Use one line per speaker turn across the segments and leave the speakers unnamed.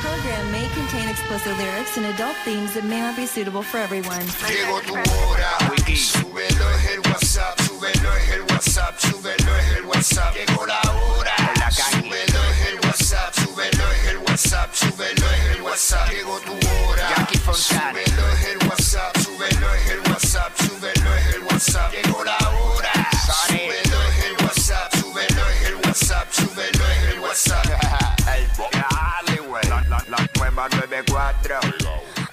program may contain explicit lyrics and adult themes that may not be suitable for everyone.
Llegó tu hora. Súbelo en el WhatsApp, súbelo en el WhatsApp, súbelo en el WhatsApp. Llegó la hora. Súbelo en el WhatsApp, súbelo en el WhatsApp, súbelo en el WhatsApp. Llegó tu hora. Súbelo en el WhatsApp, súbelo en el WhatsApp, súbelo en el WhatsApp. Llegó la hora. Súbelo en el WhatsApp, súbelo en el WhatsApp, súbelo en el WhatsApp.
El Dale, güey. La, la, la nueva 94.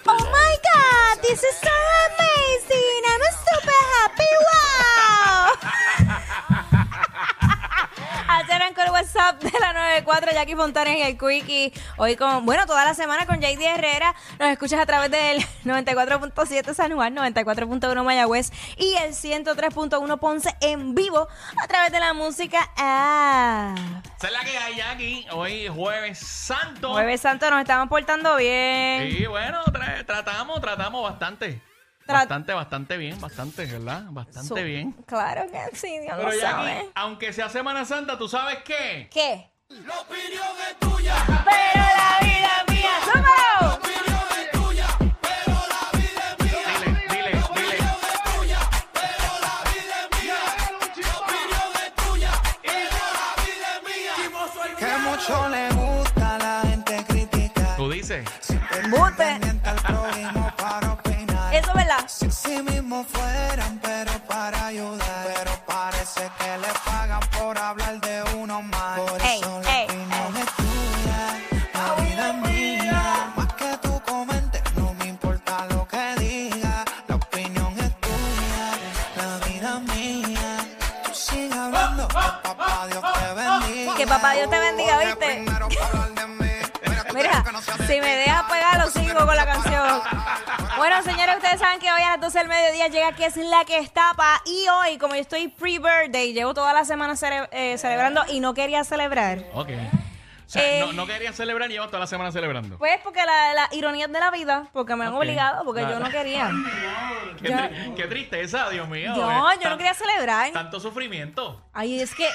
Oh my god, this is so amazing! I'm a super happy, wow! Así arrancó el WhatsApp de la 94, Jackie Fontanes en el Quickie. Hoy con, bueno, toda la semana con JD Herrera. Nos escuchas a través del 94.7 San Juan, 94.1 Mayagüez y el 103.1 Ponce en vivo a través de la música app.
Esa es la que hay aquí. Hoy jueves santo.
Jueves Santo nos estamos portando bien.
Y bueno, tra- tratamos, tratamos bastante.
Tra-
bastante, bastante bien, bastante, ¿verdad? Bastante
So-
bien.
Claro que sí, Dios
Pero
lo
ya,
sabe.
aunque sea Semana Santa, ¿tú sabes qué?
¿Qué?
La opinión es tuya,
Pero la vida mía. ¡Súmalo!
la opinión es tuya, pero la vida es mía.
Dile, dile, dile.
Que mucho le gusta a la gente criticar.
Tú dices,
Embute.
Miente al prójimo para opinar.
Eso es verdad.
Este
Si sí mismo fueran, pero para ayudar. Pero parece que le pagan por hablar de uno más. Por
Ey,
eso
ey,
la opinión es tuya, la vida es mía. Más que tú comentes, no me importa lo que digas. La opinión es tuya, la vida es mía. Tú sigue hablando, que papá Dios te bendiga.
Que papá Dios te bendiga, ¿oíste?
Primero pa' hablar de mí. Mira, tú
Mira,
crees que no sea de
si me dejas pegar, lo sigo con la canción. Bueno, señores, ustedes saben que hoy a las 12 del mediodía llega que es la que estapa. Y hoy, como yo estoy pre-birthday, llevo toda la semana cele- eh, celebrando y no quería celebrar.
ok. O sea,
Eh.
no, no querías celebrar y llevas toda la semana celebrando.
Pues porque la, la ironía de la vida, porque me han
Ok.
obligado, porque
Claro.
yo no quería.
Qué,
ya.
tri- qué tristeza, Dios mío.
No,
Eh,
yo no
tan-
quería celebrar.
Tanto sufrimiento.
Ay, es que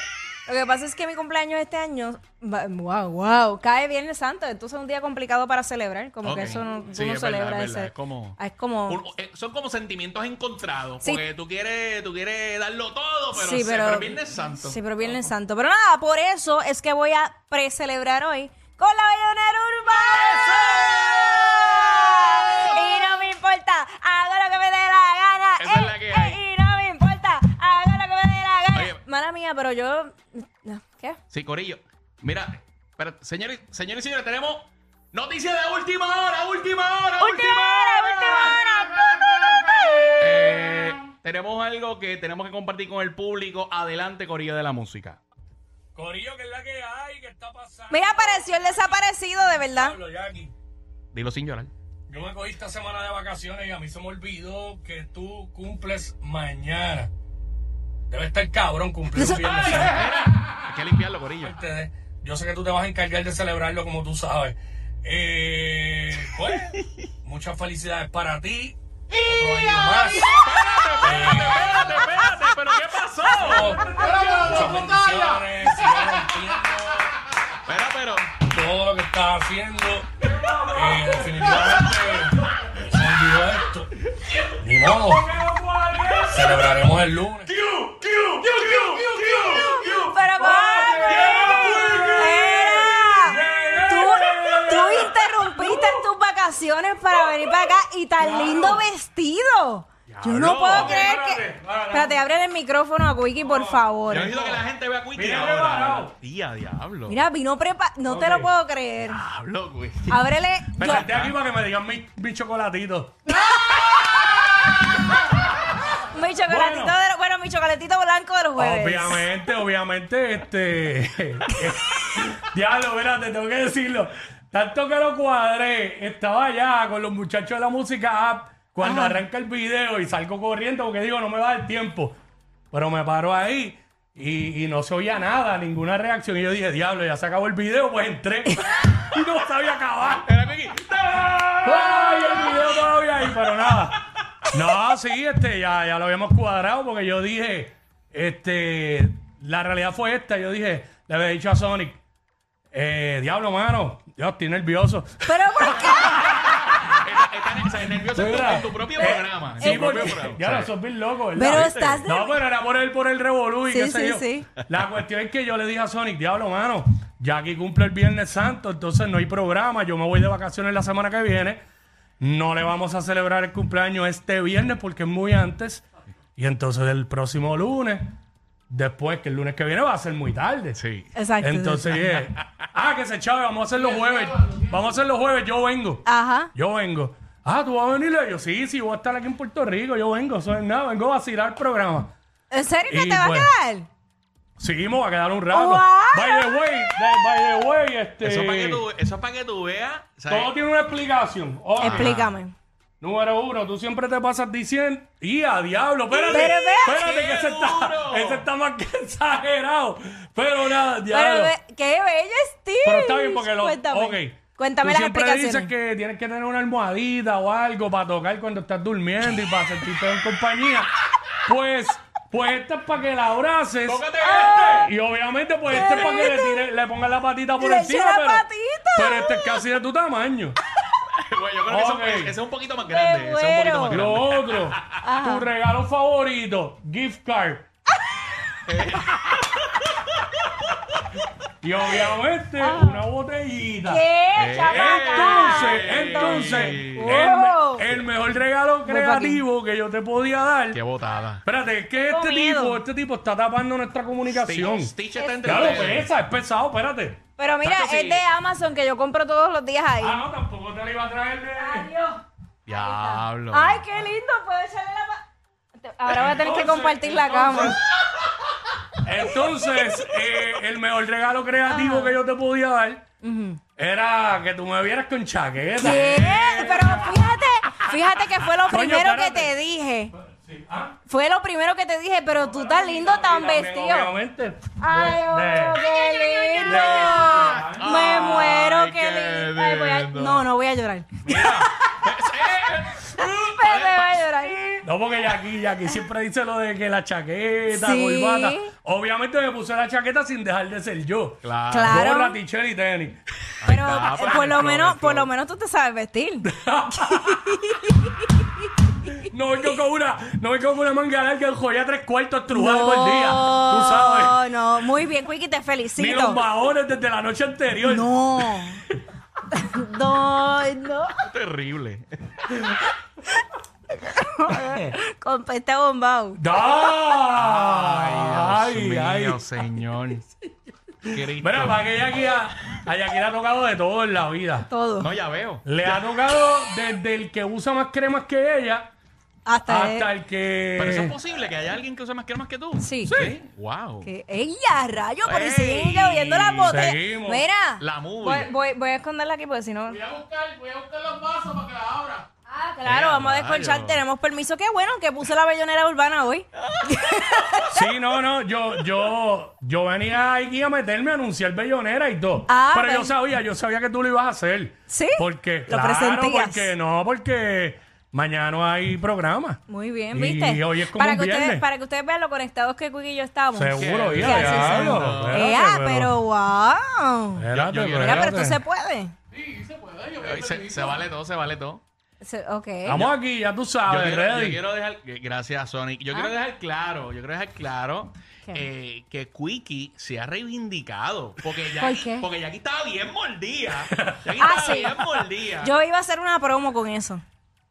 lo que pasa es que mi cumpleaños este año, va- wow, wow, cae Viernes Santo, entonces es un día complicado para celebrar, como
Ok.
que eso no, tú
Sí,
no
es verdad,
celebras
es verdad,
ese-
es como-
Ah, es como-
Un- eh, son como sentimientos encontrados.
Sí.
Porque tú quieres, tú quieres darlo todo, pero,
sí,
se-
pero,
pero Viernes Santo.
Sí, pero Viernes Santo. Pero nada, por eso es que voy a pre-celebrar hoy con la Bayonera Urbana. Y no me importa, hago lo que me dé la gana. Eh,
Esa es la que hay.
y no me importa, hago lo que me dé la gana.
Oye.
Mala mía, pero yo... no, ¿Qué?
Sí, Corillo. Mira, pero, señores, señores y señores, tenemos noticias de última hora, última hora, última,
Última hora, última hora.
Eh, tenemos algo que tenemos que compartir con el público. Adelante, Corillo de la Música.
Corillo, que es la que hay, que está pasando.
Mira, apareció el desaparecido, de verdad.
Pablo, Jackie,
Dilo sin llorar.
Yo me cogí esta semana de vacaciones y a mí se me olvidó que tú cumples mañana. Debe estar cabrón cumplir un viernes. santo.
Hay que limpiarlo, Corillo.
Ustedes, Yo sé que tú te vas a encargar de celebrarlo como tú sabes. Eh, pues, muchas felicidades para ti. Otro año más. Eh,
Espérate, espérate, pero ¿qué pasó?
Muchas bendiciones. sigue
Espera, pero.
rompiendo todo lo que estás haciendo. Eh, definitivamente se olvidó esto. Ni modo. Celebraremos el lunes.
Pero Pablo, era. Tú, tú interrumpiste tus vacaciones para venir para acá y tan lindo vestido. Yo no
Diablo.
puedo creer que. Espérate, abre el micrófono a Wiki, por favor.
Yo necesito que la gente vea Quickie ahora. Tía, diablo.
Mira, vino prepa. No te lo puedo creer.
Diablo, güey.
Ábrele. yo-
Espérate aquí para que me digan mi, mi chocolatito.
mi chocolatito
Bueno.
de los- bueno, mi chocolatito blanco de los jueves.
Obviamente, obviamente, este. Diablo, espérate, tengo que decirlo. Tanto que lo cuadré, estaba allá con los muchachos de la música app cuando arranca el video y salgo corriendo porque digo, no me va a dar tiempo. Pero me paro ahí y, y no se oía nada, ninguna reacción. Y yo dije, diablo, ya se acabó el video, pues entré y no sabía acabar.
Era Quickie.
¡Ay, el video todavía ahí! Pero nada. No, sí, este, ya, ya lo habíamos cuadrado porque yo dije, este, la realidad fue esta. Yo dije, le había dicho a Sonic, eh, diablo, mano, Yo estoy nervioso.
¿Pero por qué?
Estás estás- estás nervioso en tu,
Mira.
en tu propio programa.
Sí,
en tu propio
porque
programa.
ya
¿sabes?
lo sos bien loco, ¿verdad?
Pero
¿Viste?
estás-
No, pero era por el, por el revolú y
Sí,
qué sé
sí,
yo.
sí.
La cuestión es que yo le dije a Sonic, diablo, mano, ya que cumple el Viernes Santo, entonces no hay programa, yo me voy de vacaciones la semana que viene, no le vamos a celebrar el cumpleaños este viernes porque es muy antes, y entonces el próximo lunes, después que el lunes que viene va a ser muy tarde.
Sí.
Exacto.
Entonces dije, ah, que se chave, vamos a hacer los jueves, vamos a hacer los jueves, yo vengo.
Ajá.
Yo vengo. Ah, tú vas a venir. Yo, sí, sí, voy a estar aquí en Puerto Rico. Yo vengo. Soy nada, vengo a vacilar el programa.
¿En serio que
Y
te va
bueno.
a quedar?
Seguimos, va a quedar un rato.
Wow.
By the way, de- by the way, este.
Eso es para que tú, eso es para que tú veas. ¿sabes?
Todo tiene una explicación. Otra.
Explícame.
Número uno, tú siempre te pasas diciendo. ¡Y a diablo! Espérate,
Pero ve-
espérate, que ese
Seguro.
está, ese está más que exagerado. Pero nada,
Pero
diablo.
ve- qué bello Steve.
Pero está bien porque lo.
Cuéntame.
ok.
Cuéntame
Tú
las
siempre
explicaciones.
dices que tienes que tener una almohadita o algo para tocar cuando estás durmiendo y para sentirte en compañía. Pues, pues esta es para que la abraces.
¡Tócate este!
Y obviamente, pues este es para que le, tire- le pongas la patita por
Ah. Le eché
encima.
la
pero,
patita.
pero este es casi de tu tamaño.
Bueno, yo creo que
Ok.
eso- ese es un poquito más grande. Ese es un poquito más
muero.
Lo
grande.
otro, tu regalo favorito, gift card. y obviamente, una botellita.
Ah. ¿Qué,
Eh,
chamaca?
Entonces, entonces, el,
Wow.
me- el mejor regalo creativo que yo te podía dar.
Qué botada.
Espérate, es que
Tengo
este
miedo.
tipo, este tipo está tapando nuestra comunicación.
Stitch, Stitch está entre
Claro,
ustedes.
pesa, es pesado, espérate.
Pero mira,
Tacho, sí.
es de Amazon que yo compro todos los días ahí.
Ah, no, tampoco te lo iba a traer de.
Adiós.
Diablo.
Ay, qué lindo. Puedo echarle la pa- Te- Ahora voy a tener que
Entonces,
compartir la cama.
Entonces, eh, el mejor regalo creativo que yo te podía dar era que tú me vieras con chaqueta.
¿Qué? Pero fíjate, fíjate que fue lo
Coño,
primero que
espérate.
te dije.
Sí, ah,
Fue lo primero que te dije, pero tú estás lindo, tan
también,
vestido.
Obviamente. Pues,
Ay,
De-
oh, qué lindo.
de-
Me muero, qué
qué
lindo. Ay, voy a-
lindo.
No, no voy a llorar. Me voy a llorar.
No, porque Jackie, Jackie siempre dice lo de que la chaqueta,
Sí.
corbata. Obviamente me puse la chaqueta sin dejar de ser yo.
Claro.
Claro.
Gorra, t-shirt y tenis.
Pero
está,
eh,
pero
por lo
flow,
menos,
flow.
por lo menos tú te sabes vestir.
No vengo con una, no vengo con una manga larga, joya tres cuartos estrujada por día.
No,
Tú sabes.
No, muy bien, Quickie, te
Ni los
felicito.
bajones desde la noche anterior.
No. No, no.
Terrible.
Con este bombao.
Da.
Ay, Dios mío, señor. Cristo.
Mira, para que Jackie ha- a Jackie le ha tocado de todo en la vida.
Todo.
No, ya veo.
Le ha tocado desde el que usa más cremas que ella
hasta
hasta el que.
Pero eso es posible que haya alguien que use más cremas que tú.
Sí.
Wow.
Que- ella, rayo, pero
Ey,
siguen lloviendo las botellas.
seguimos.
Mira.
La
voy,
movie.
voy, voy a esconderla aquí porque si no.
a buscar, voy a buscar los vasos para que la abra.
Ah, claro,
Ea,
vamos a desconchar.
rayo.
Tenemos permiso. Qué bueno que puse la bellonera urbana hoy.
Sí, no, no, yo, yo, yo venía aquí a meterme a anunciar bellonera y todo.
Ah,
pero
ven.
yo sabía, yo sabía que tú lo ibas a hacer.
¿Sí? Lo
Porque, claro,
presentías.
porque no, porque mañana no hay programa.
Muy bien,
Y
¿viste?
hoy es como
para,
un
que ustedes,
viernes.
para que ustedes vean lo conectados que Quick y yo estábamos.
Seguro,
Qué
ya,
bien.
ya,
Qué
no,
bien.
espérate,
Ea, pero wow.
espérate,
Yo- yo quiero-
Mira, pero tú
espérate.
se puede.
Ay, Se, se vale todo, se vale todo.
Se- ok.
Estamos aquí, ya tú
Yo
sabes,
quiero, yo
ready.
quiero dejar, gracias Sonic, yo quiero dejar claro, yo quiero dejar claro
Ah. ¿Qué?
eh, que Quickie se ha reivindicado, porque ya
¿Por qué?
porque Jackie estaba bien mordida, Jackie
Ah,
estaba
sí.
bien mordida.
Yo iba a hacer una promo con eso.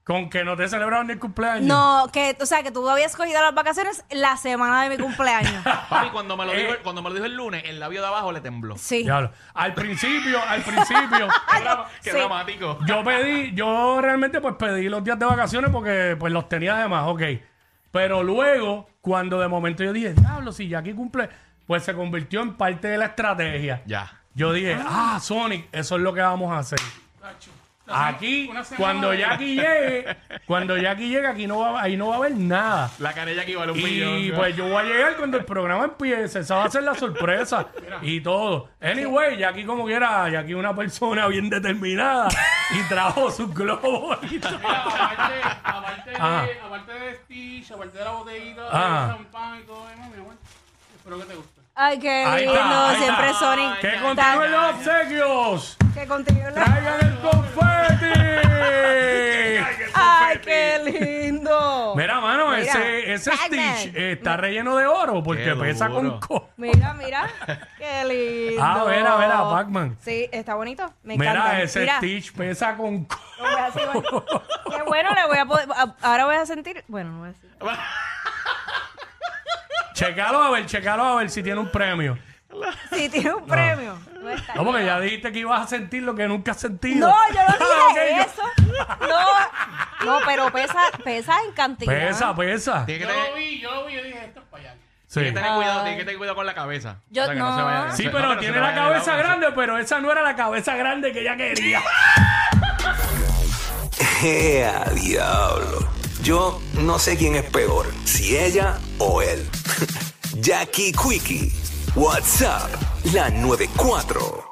Con que no te celebraron ni el cumpleaños.
No, que, o sea, que tú habías cogido las vacaciones la semana de mi cumpleaños.
Papi, cuando me, lo
Eh.
dijo, cuando me lo dijo el lunes, el labio de abajo le tembló.
Sí.
Diablo. Al principio, al principio.
Qué, drama- qué
Sí.
dramático.
yo pedí, yo realmente pues pedí los días de vacaciones porque pues los tenía de más, ok. Pero luego, cuando de momento yo dije, diablo, si Jackie cumple, pues se convirtió en parte de la estrategia.
Ya.
Yo dije, ah, Sonic, eso es lo que vamos a hacer. Aquí, cuando Jackie llegue, cuando Jackie llegue, aquí no va, ahí no va a haber nada.
La canella que vale un millón.
Y pues yo voy a llegar cuando el programa empiece. Esa va a ser la sorpresa y todo. Anyway, ya aquí como quiera, ya aquí una persona bien determinada y trajo sus globos. y todo.
aparte, aparte,
Ajá.
de, aparte de Stitch, aparte de la botellita,
Ajá.
de champán y todo eso, mi amor, espero que te guste.
Ay, qué
Ahí
lindo.
está, ahí
Siempre
está.
Sonic.
Que
tan-
continúen los obsequios.
Que continúe la-
Traigan el confeti.
Ay, qué lindo.
Mira, mano,
Mira.
ese, ese
Batman.
Stitch eh, está relleno de oro porque
Qué
pesa con
duro.
co.
Mira, mira. Qué lindo.
Ah, mira, mira, Pac-Man.
Sí, está bonito. Me encanta.
Mira, ese Stitch pesa con co.
Lo voy a hacer bonito. Qué bueno, le voy a poder. a- Ahora voy a sentir. Bueno, no voy a decir.
Checalo a ver, checalo a ver si tiene un premio.
Si tiene un premio. No, está.
No, porque ya dijiste que ibas a sentir lo que nunca has sentido.
No, yo no
Ah, ok,
dije
yo-
eso. No, no, pero pesa, pesa en cantidad.
Pesa, pesa.
Tiene que
Yo
tener,
lo vi, yo lo vi, yo dije, esto es para allá.
Sí.
tiene que tener cuidado, tiene que tener cuidado con la cabeza.
Yo-
O sea, que no
no.
se vaya-
Sí,
no,
pero
que no se
tiene
te
la
vaya de lado,
cabeza
no se-
grande, pero esa no era la cabeza grande que ella quería.
¡Ea, diablo! Yo no sé quién es peor, si ella o él. Jackie Quickie, WhatsApp, la 94.